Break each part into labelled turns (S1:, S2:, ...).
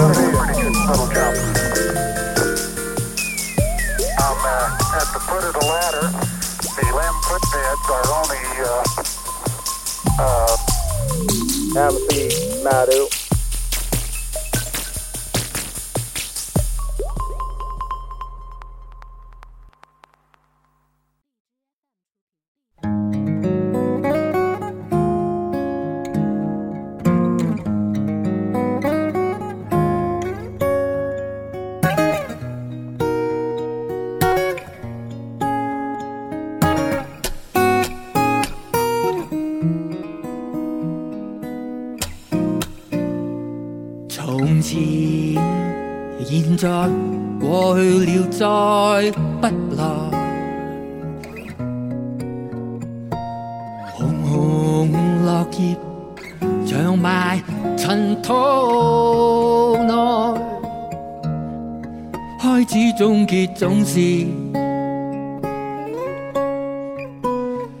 S1: uh, quit bids are only, uh, uh, Amity Madu.
S2: 从前、現在、過去了，再不來。紅紅落葉長埋塵土內，開始終結總是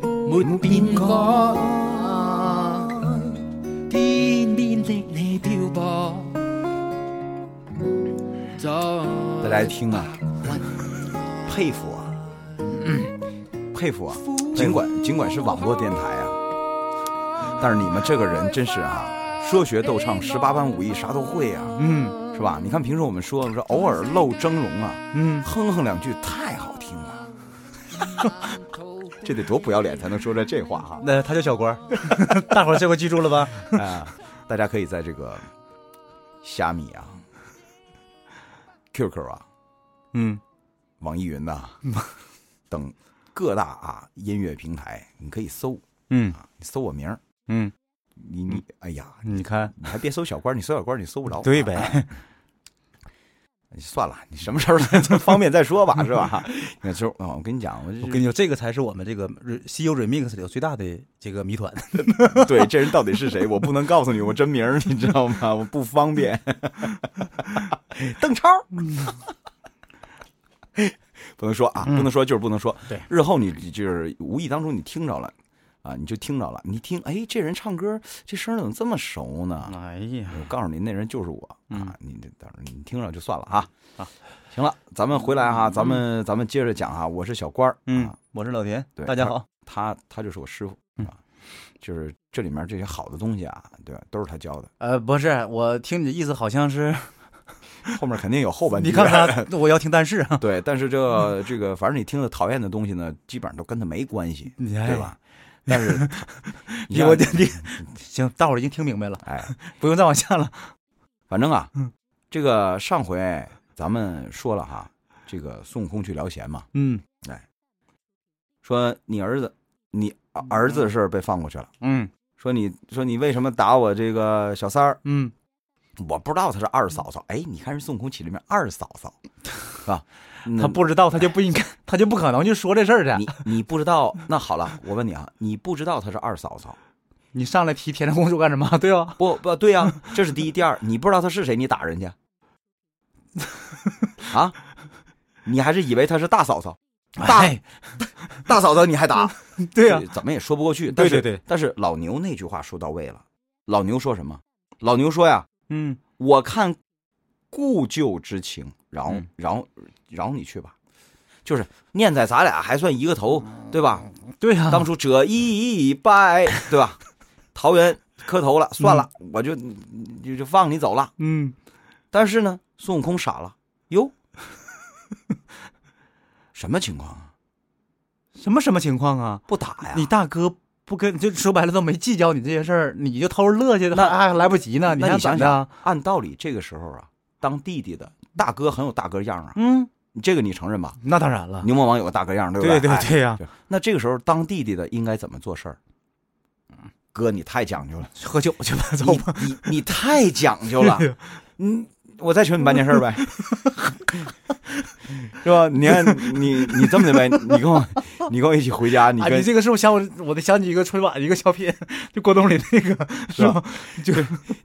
S2: 沒變改。天邊的你漂泊，
S3: 大家听啊，佩服啊，佩服啊！尽管尽管是网络电台啊，但是你们这个人真是啊，说学逗唱，十八般武艺啥都会啊，嗯，是吧？你看平时我们说，我说偶尔露峥嵘啊，嗯，哼哼两句太好听了， 这得多不要脸才能说出来这话哈、
S4: 那他叫小官儿， 大伙儿这回记住了吧？
S3: 啊，大家可以在这个虾米啊、QQ 啊、
S4: 嗯，
S3: 网易云呐、 等各大啊音乐平台，你可以搜，
S4: 嗯
S3: 啊，你搜我名儿，
S4: 嗯，
S3: 你你，哎呀，
S4: 你看，
S3: 你还别搜小官儿，你搜小官儿你搜不着，
S4: 对 呗，
S3: 你算了，你什么时候再 方便再说吧，是 吧？那就啊，我跟你讲，我
S4: 我
S3: 这
S4: 跟你说，这个才是我们这个呃西游 remix 里头最大的这个谜团。
S3: 对这人到底是谁，我不能告诉你我真名儿，你知道吗？我不方便。邓超，不能说啊，不能说就是不能说。
S4: 嗯对
S3: 日后你你就是无意当中你听着了啊，你就听着了，你听，哎，这人唱歌这声儿怎么这么熟呢？
S4: 哎呀，
S3: 我告诉你，那人就是我
S4: 嗯
S3: 啊！你这到时候你听着就算了哈。行了，咱们回来哈，咱们咱们接着讲啊。我是小官儿，
S4: 嗯
S3: 啊，，
S4: 我是老田，
S3: 对
S4: 大家好，
S3: 他他就是我师傅
S4: 嗯
S3: 啊，就是这里面这些好的东西啊，对吧，都是他教的。
S4: 呃，不是，我听你的意思好像是，
S3: 后面肯定有后 半句，
S4: 啊你看看，那我要听但是 啊，
S3: 对，但是这这个，反正你听了讨厌的东西呢，基本上都跟他没关系，
S4: 你
S3: 对
S4: 看吧，
S3: 吧？但 是你
S4: 你
S3: 像
S4: 哎我这你行，大伙儿已经听明白了，
S3: 哎，
S4: 不用再往下了。
S3: 反正啊，
S4: 嗯
S3: 这个上回咱们说了哈，这个孙悟空去聊闲嘛，
S4: 嗯
S3: 说你儿子，你儿子的事儿被放过去了。
S4: 嗯
S3: 说你说你为什么打我这个小三儿？
S4: 嗯，
S3: 我不知道他是二嫂嫂。哎，你看人孙悟空起了名二嫂嫂，是吧？
S4: 他不知道，他就不应该，他就不可能去说这事儿
S3: 那，
S4: 去。
S3: 你你不知道。 那好了，我问你啊，你不知道他是二嫂嫂？
S4: 你上来提天上公主干什么？对吧？
S3: 不不对呀、这是第一。第二，你不知道他是谁，你打人 家，啊？你还是以为他是大嫂嫂？大
S4: 哎
S3: 大嫂嫂你还打？
S4: 对啊呀
S3: 这，怎么也说不过去。
S4: 对
S3: 但是
S4: 对对。
S3: 但是老牛那句话说到位了。老牛说什么？老牛说呀，
S4: 嗯，
S3: 我看故旧之情，饶
S4: 嗯
S3: 饶饶你去吧。就是念在咱俩还算一个
S4: 哦
S3: 头，对吧？
S4: 对啊呀，
S3: 当初这一 拜，对吧？桃园磕头了，算了，我就就就放你走了。
S4: 嗯
S3: 但是呢，孙悟空傻了， 哟，什么情况啊？
S4: 什么什么情况啊？
S3: 不打呀？
S4: 你大哥不跟，就说白了都没计较你这些事儿，你就偷着乐去，那还来不及呢。
S3: 那
S4: 还
S3: 你
S4: 咋
S3: 想
S4: 的啊
S3: 想？，按道理这个时候啊，当弟弟的大哥很有大哥样啊，
S4: 嗯，
S3: 你这个你承认吧？
S4: 那当然了。
S3: 牛魔王有个大哥样，对不
S4: 对
S3: 对
S4: 对
S3: 哎
S4: 对呀，
S3: 那这个时候当弟弟的应该怎么做事儿？嗯哥，你太讲究了，
S4: 喝酒去吧， 走吧。
S3: 你你你太讲
S4: 哎
S3: 究 了，嗯，我再求你办件事 儿呗，是吧？你看你你这么的呗，你跟我你跟我一起回家，你
S4: 啊，
S3: 跟、
S4: 你这个是不是想我？我得想起一个春晚一个小品，就郭冬临 那个，是吧？就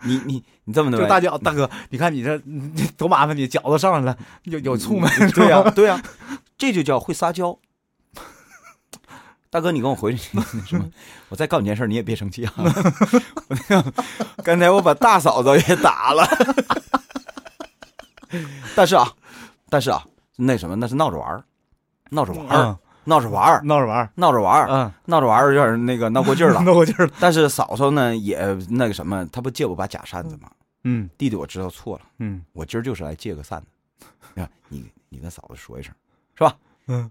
S3: 你你你这么的
S4: 就
S3: 呗，
S4: 大脚大哥，你看你这你这多麻烦你，饺子上来了，有有醋没？
S3: 嗯对呀、
S4: 是吧
S3: 对呀、这就叫会撒娇。大哥，你跟我回去什么？我再告你件事儿，你也别生气啊。 我那个刚才我把大嫂子也打了，但是啊，但是啊，那什么，那是闹着玩儿，闹着玩儿。
S4: 嗯
S3: 闹着玩儿，
S4: 闹着玩儿，
S3: 闹着玩儿，
S4: 嗯，
S3: 闹着玩儿有点那个闹过劲儿 了。
S4: 那我就是，
S3: 但是嫂嫂呢也那个什么，她不借我把假扇子吗？
S4: 嗯
S3: 弟弟，我知道错了，
S4: 嗯
S3: 我今儿就是来借个扇子。你看你你跟嫂子说一声，是吧？
S4: 嗯，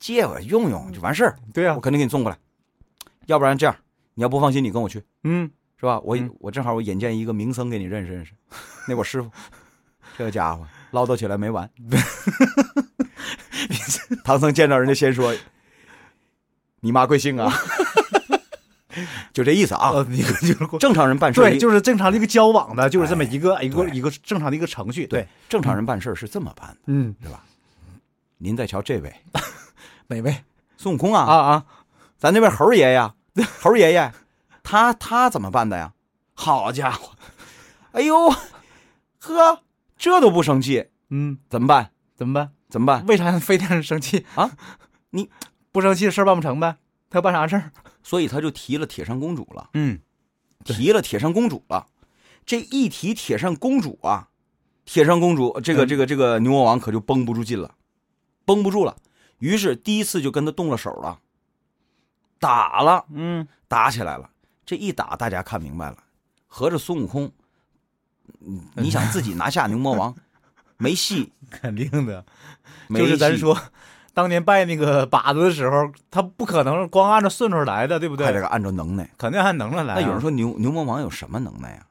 S3: 借我用用就完事儿，
S4: 对呀
S3: 我，肯定给你送过来。要不然这样，你要不放心，你跟我去，
S4: 嗯，
S3: 是吧？我、
S4: 嗯
S3: 我正好我引荐一个名僧给你认识认识，那我师 傅，这家伙唠叨起来没完。 唐僧见着人家先说：“你妈贵姓啊？” 就这意思啊。
S4: 呃，一个就是过。
S3: 正常人办事儿
S4: 对，
S3: 一
S4: 就是正常的一个交往的，就是这么一个一个
S3: 哎对
S4: 一个正常的一个程序。
S3: 对，正常人办事儿是这么办的，
S4: 嗯，
S3: 对吧？您再瞧这位
S4: 哪位
S3: 孙悟空啊，
S4: 啊啊？
S3: 咱那位猴爷爷啊， 猴爷爷，他他怎么办的呀？好家伙，哎呦，呵，这都不生气，
S4: 嗯，
S3: 怎么办？
S4: 怎么办？
S3: 怎么办？
S4: 为啥非得让人生气
S3: 啊？你
S4: 不生气事儿办不成呗？他要办啥事儿？
S3: 所以他就提了铁扇公主了，
S4: 嗯，
S3: 提了铁扇公主了。这一提铁扇公主啊，铁扇公主这个
S4: 嗯
S3: 这个这个牛魔王可就绷不住劲了，绷不住了。于是第一次就跟他动了手了，打了，
S4: 嗯，
S3: 打起来了。这一打，大家看明白了，合着孙悟空，嗯你想自己拿下牛魔王，没戏，
S4: 肯定的，
S3: 没
S4: 就是咱
S3: 戏
S4: 说，当年拜那个靶子的时候，他不可能光按照顺序来的，对不
S3: 快点
S4: 对？
S3: 个按照能耐。
S4: 肯定按能耐来啊。
S3: 那有人说牛牛魔王有什么能耐呀、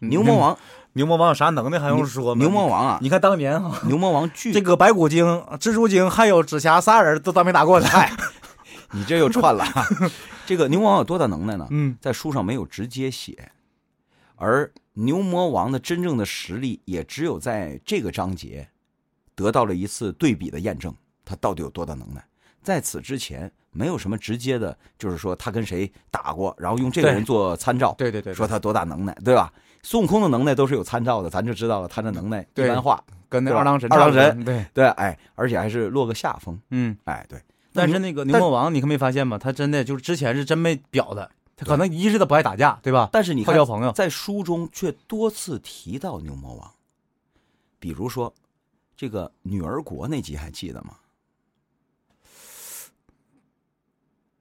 S4: 嗯
S3: 牛魔王，
S4: 牛魔王有啥能耐还用
S3: 牛
S4: 说吗？
S3: 牛魔，王啊，
S4: 你看当年哈，
S3: 牛魔王巨
S4: 这个白骨精、蜘蛛精还有紫霞仨人都当没打过来。
S3: 你这又串了。这个牛魔王有多大能耐呢？
S4: 嗯
S3: 在书上没有直接写，而牛魔王的真正的实力也只有在这个章节得到了一次对比的验证，他到底有多大能耐。在此之前，没有什么直接的，就是说他跟谁打过，然后用这个
S4: 对
S3: 人做参照，
S4: 对对对对
S3: 说他多大能耐，对吧？孙悟空的能耐都是有参照的，咱就知道了他的能耐。一
S4: 对
S3: 般话，
S4: 跟那
S3: 对吧
S4: 二郎神
S3: 二
S4: 差
S3: 郎
S4: 不多，
S3: 神
S4: 对，
S3: 对，哎，而且还是落个下风，
S4: 嗯。
S3: 哎，对。
S4: 但
S3: 那
S4: 是
S3: 牛
S4: 那个
S3: 但
S4: 牛魔王，你可没发现吗？他真的就是之前是真没表的，他可能一是他不爱打架，对吧？
S3: 但是你
S4: 好
S3: 看
S4: 交朋友，
S3: 在书中却多次提到牛魔王，比如说这个女儿国那集还记得吗？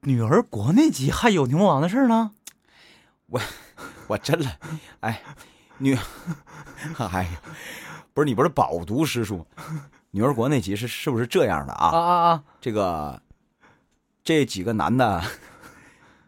S4: 女儿国那集还有牛魔王的事儿呢。
S3: 我真了，哎，女，哎呀，不是你不是饱读诗书吗，女儿国那集是是不是这样的啊？
S4: 啊啊啊！
S3: 这个这几个男的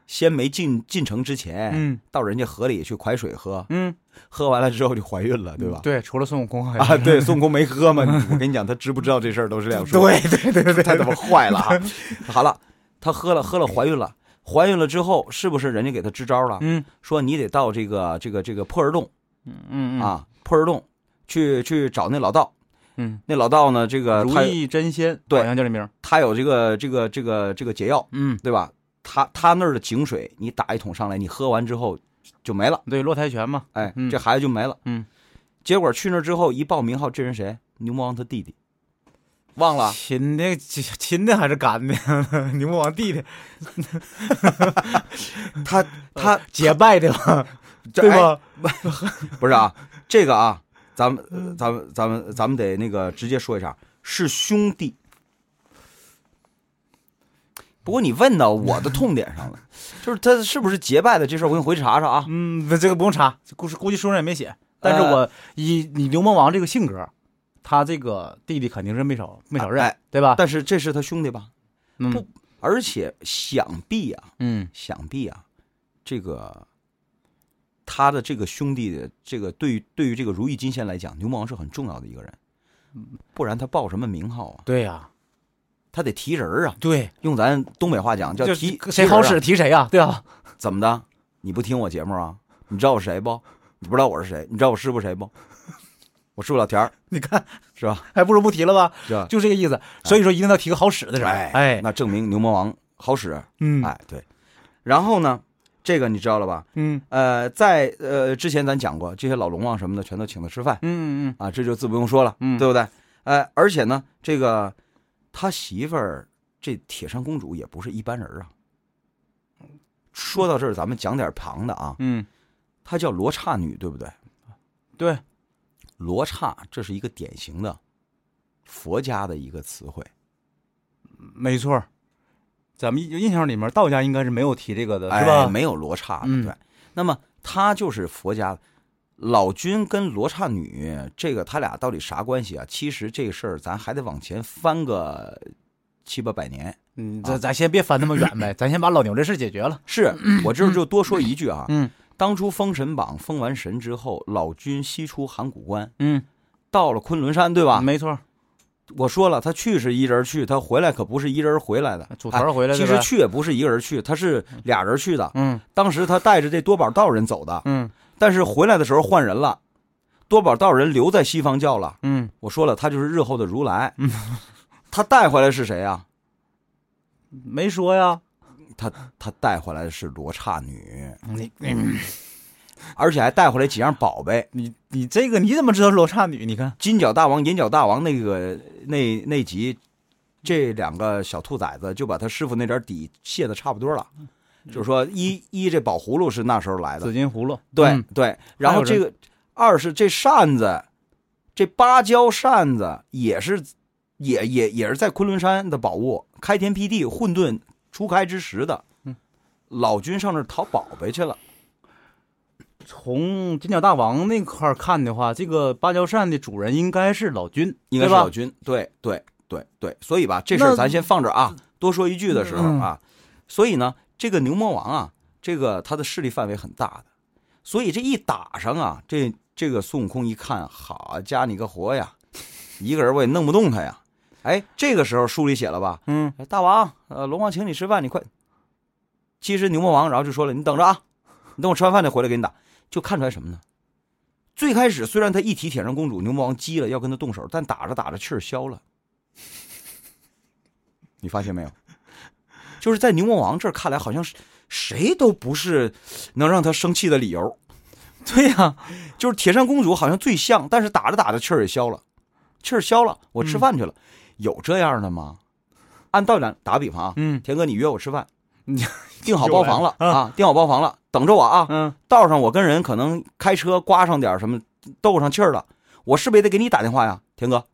S3: 先没进进城之前，
S4: 嗯
S3: 到人家河里去蒯水喝，
S4: 嗯，
S3: 喝完了之后就怀孕了，对吧？
S4: 对，除了孙悟空，好像
S3: 啊， 对，孙悟空没喝嘛？我跟你讲，他知不知道这事儿都是这样说。
S4: 对对对对对，
S3: 他怎么坏了啊？ 好了，他喝了喝了，怀孕了，怀孕了之后，是不是人家给他支招了？
S4: 嗯
S3: 说你得到这个这个这个破儿洞
S4: 嗯嗯，
S3: 啊，破儿洞去去找那老道。
S4: 嗯，
S3: 那老道呢，这个
S4: 如
S3: 他
S4: 意真仙，
S3: 对
S4: 好像叫这名儿。
S3: 他有这个这个这个这个解药，
S4: 嗯，
S3: 对吧？他他那儿的井水，你打一桶上来，你喝完之后就没了，
S4: 对，落胎拳嘛。
S3: 哎，
S4: 嗯
S3: 这孩子就没了。
S4: 嗯，
S3: 结果去那儿之后一报名号，这人谁？牛魔王他弟弟，忘了啊。
S4: 亲的亲亲的还是干的？ 牛魔王弟弟
S3: 他他
S4: 结拜的吧？
S3: 呃
S4: 哎
S3: 这
S4: 对吧？
S3: 不是 啊，这个啊，咱们
S4: 嗯
S3: 呃咱们咱们咱们得那个直接说一下，是兄弟。不过你问到我的痛点上了，就是他是不是结拜的这事儿，我给你回去查查啊。呃
S4: 嗯，不这个不用查，估估计书上也没写。但是我以你牛魔王这个性格，他这个弟弟肯定是没少没少认，
S3: 哎
S4: 对吧？
S3: 但是这是他兄弟吧？
S4: 嗯
S3: 不而且想必啊，
S4: 嗯
S3: 想必啊，这个他的这个兄弟的这个对于对于这个如意金仙来讲，牛魔王是很重要的一个人，
S4: 嗯
S3: 不然他报什么名号啊？
S4: 对呀、
S3: 他得提人儿啊，
S4: 对，
S3: 用咱东北话讲叫
S4: 就
S3: 提
S4: 谁
S3: 提人
S4: 好
S3: 儿啊
S4: 使提谁呀、对啊，
S3: 怎么的？你不听我节目啊？你知道我谁不？你不知道我是谁？你知道我师傅谁不？我师傅老田儿
S4: 你看
S3: 是吧？
S4: 还不如不提了吧，
S3: 是吧？
S4: 就这个意思。所以说一定要提个好使的人，
S3: 啊哎
S4: 哎，
S3: 那证明牛魔王好使。
S4: 嗯
S3: 哎，对。然后呢，这个你知道了吧？
S4: 嗯
S3: 呃，在呃之前咱讲过，这些老龙王什么的全都请他吃饭
S4: 嗯嗯
S3: 啊，这就自不用说了，
S4: 嗯
S3: 对不对？呃，而且呢，这个他媳妇儿这铁扇公主也不是一般人啊。说到这儿，咱们讲点旁的啊，
S4: 嗯，
S3: 她叫罗刹女，对不对？
S4: 对，
S3: 罗刹，这是一个典型的佛家的一个词汇，
S4: 没错儿，咱们印象里面道家应该是没有提这个的，
S3: 哎
S4: 呃是吧？
S3: 没有罗刹的，
S4: 嗯
S3: 对。那么他就是佛家老君跟罗刹女，这个他俩到底啥关系啊？其实这个事儿咱还得往前翻个七八百年。
S4: 嗯，咱咱先别翻那么远 呗，咱先把老牛这事解决了。
S3: 是我这儿就多说一句啊，
S4: 嗯
S3: 当初封神榜封完神之后，老君西出函谷关，
S4: 嗯，
S3: 到了昆仑山，对吧？
S4: 没错儿，
S3: 我说了，他去是一人去，他回来可不是一人回来的。哎
S4: 组团儿回来
S3: 啊其
S4: 的呗。
S3: 实去也不是一个人去，他是俩人去的。
S4: 嗯
S3: 当时他带着这多宝道人走的，
S4: 嗯
S3: 但是回来的时候换人了，多宝道人留在西方教了。
S4: 嗯，
S3: 我说了，他就是日后的如来。 他带回来是谁啊？
S4: 没说呀。
S3: 他带回来的是罗刹女，
S4: 你
S3: 而且还带回来几样宝贝：
S4: 你你这个你怎么知道罗刹女？你看，
S3: 金角大王、银角大王那个那那集，这两个小兔崽子就把他师傅那点底卸的差不多了。
S4: 嗯
S3: 就是说一一这宝葫芦是那时候来的，
S4: 紫金葫芦。
S3: 哎对、
S4: 嗯
S3: 对，然后
S4: 还有
S3: 这个二是这扇子，这芭蕉扇子也是，也也也是在昆仑山的宝物，开天辟地、混沌初开之时的。
S4: 嗯
S3: 老君上这儿淘宝贝去了，
S4: 从金角大王那块儿看的话，这个芭蕉扇的主人应该是老君，
S3: 应该是
S4: 对吧
S3: 老君。对对对对，所以吧，这事儿
S4: 那嗯
S3: 咱先放这儿啊。多说一句的时候啊，所以呢，这个牛魔王啊，这个他的势力范围很大的，所以这一打上啊，这这个孙悟空一看，好啊家你个活呀，一个人我也弄不动他呀。哎，这个时候书里写了吧，
S4: 嗯，
S3: 哎大王，呃，龙王请你吃饭，你快。其实牛魔王，然后就说了，你等着啊，你等我吃完饭再回来给你打。就看出来什么呢？最开始虽然他一提铁扇公主，牛魔王急了要跟他动手，但打着打着气儿消了。你发现没 有？就是在牛魔王这儿看来，好像是谁都不是能让他生气的理由。
S4: 对呀、
S3: 就是铁扇公主好像最像，但是打着打着气儿也消了，气儿消了，我
S4: 嗯
S3: 吃饭去了，有这样的吗？按道理来打个比方啊，
S4: 嗯
S3: 田哥你约我吃饭
S4: 你，
S3: 订好包房了
S4: 又来了
S3: 啊，订好包房了，等着我啊，
S4: 嗯，
S3: 道上我跟人可能开车刮上点什么，斗上气儿了，我是不是也得给你打电话呀，田哥？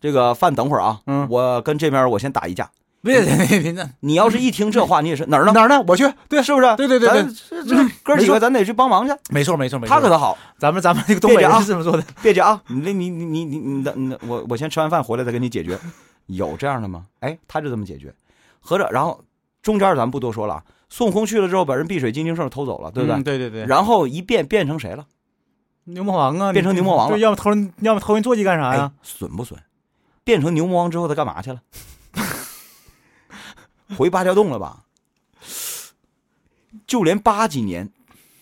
S3: 这个饭等会儿啊，
S4: 嗯
S3: 我跟这边我先打一架。
S4: 别别别别，那
S3: 你要是一听这话，你也是哪儿呢？
S4: 哪儿呢？我去，
S3: 对，是不是？
S4: 对对对对
S3: 咱这这哥几个
S4: 没错
S3: 咱得去帮忙去。
S4: 没错没错没错，
S3: 他可倒好，
S4: 咱们咱们这个东北
S3: 别
S4: 人
S3: 讲
S4: 是这么做的，
S3: 别介啊，你那你你你你你等你我我先吃完饭回来再跟你解决，有这样的吗？哎，他就这么解决，合着然后中间咱们不多说了啊，孙悟空去了之后把人碧水金睛兽偷走了，对不对？
S4: 嗯对对对，
S3: 然后一变变成谁了？
S4: 牛魔王啊，
S3: 变成
S4: 你
S3: 牛魔王了
S4: 对，要么偷人，要么偷人坐骑干啥
S3: 哎
S4: 呀？，
S3: 损不损？变成牛魔王之后他干嘛去了？ 回芭蕉洞了吧？就连八几年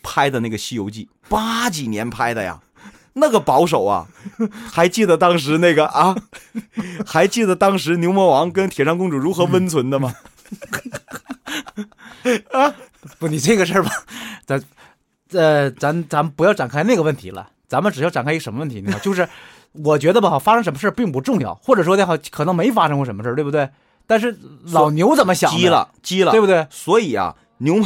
S3: 拍的那个《西游记》，八几年拍的呀，那个保守啊，还记得当时那个啊，还记得当时牛魔王跟铁扇公主如何温存的吗？
S4: 哎不，你这个事儿吧，咱，呃，咱咱不要展开那个问题了，咱们只要展开一个什么问题呢？就是我觉得吧，发生什么事儿并不重要，或者说的哈，可能没发生过什么事儿，对不对？但是老牛怎么想的
S3: 激，了，激了，
S4: 对不对？
S3: 所以啊，牛，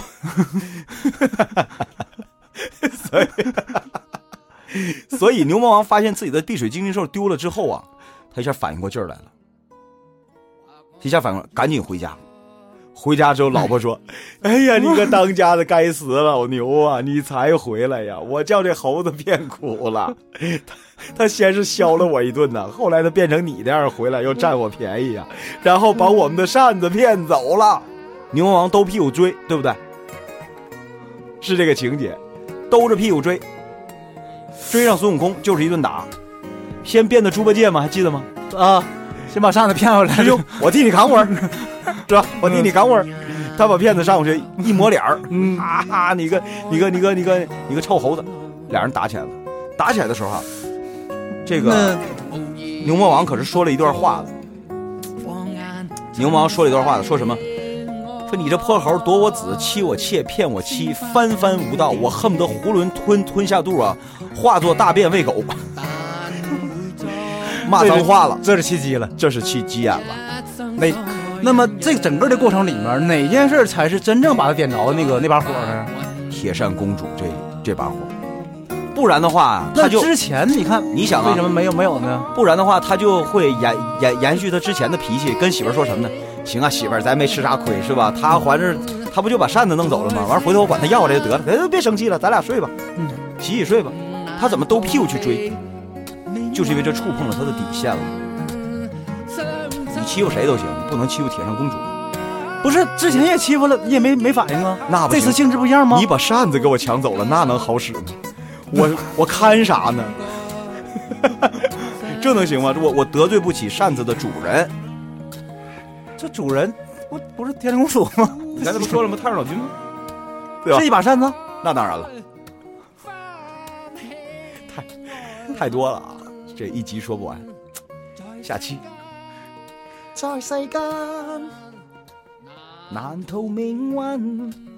S3: 所以 所以牛魔王发现自己的碧水精灵兽丢了之后啊，他一下反应过劲儿来了，一下反应过来，赶紧回家。回家之后，老婆说：“哎呀，你个当家的，该死老牛啊！你才回来呀！我叫这猴子变苦了，他他先是削了我一顿呐，后来他变成你这样回来，又占我便宜呀、然后把我们的扇子骗走了。”牛魔王兜屁股追，对不对？是这个情节，兜着屁股追，追上孙悟空就是一顿打，先变的猪八戒吗？还记得吗？
S4: 啊，先把扇子骗回来，
S3: 师 兄，我替你扛会儿，是吧？我替你扛会儿。他把骗子上去一抹脸儿，
S4: 嗯
S3: 啊哈，你个你个你个你个你个臭猴子，俩人打起来了。打起来的时候啊，这个牛魔王可是说了一段话的。牛魔王说了一段话的，说什么？说你这泼猴夺我子，欺我妾，骗我妻，翻番无道，我恨不得囫囵吞吞下肚啊，化作大便喂狗， 骂脏话了，
S4: 这是契机啊了。
S3: 这是气急眼了。
S4: 那那么这整个的过程里面，哪件事儿才是真正把他点着那个那把火呢？
S3: 铁扇公主这这把火，不然的话，他
S4: 那
S3: 就
S4: 之前你看，
S3: 你想啊
S4: 为什么没有没有呢？
S3: 不然的话，他就会延延延续他之前的脾气，跟媳妇儿说什么呢？行啊，媳妇儿，咱没吃啥亏是吧？他还是他不就把扇子弄走了吗？完回头我管他要回来就得了，哎，别生气了，咱俩睡吧，
S4: 嗯，
S3: 洗洗睡吧。他怎么都屁股去追？就是因为这触碰了他的底线了。你欺负谁都行，你不能欺负铁扇公主。
S4: 不是之前也欺负了，你也没没反应啊？
S3: 那不
S4: 这
S3: 行
S4: 次性质不一样吗？
S3: 你把扇子给我抢走了，那能好使吗？我我看啥呢？ 这能行吗？我我得罪不起扇子的主人。
S4: 这主人不不是天龙公主吗？
S3: 你刚才不说了吗？太上老君吗？对吧
S4: 是一？把扇子，
S3: 那当然了，太多了啊，这一集说不完，下期。在世间，难逃命运。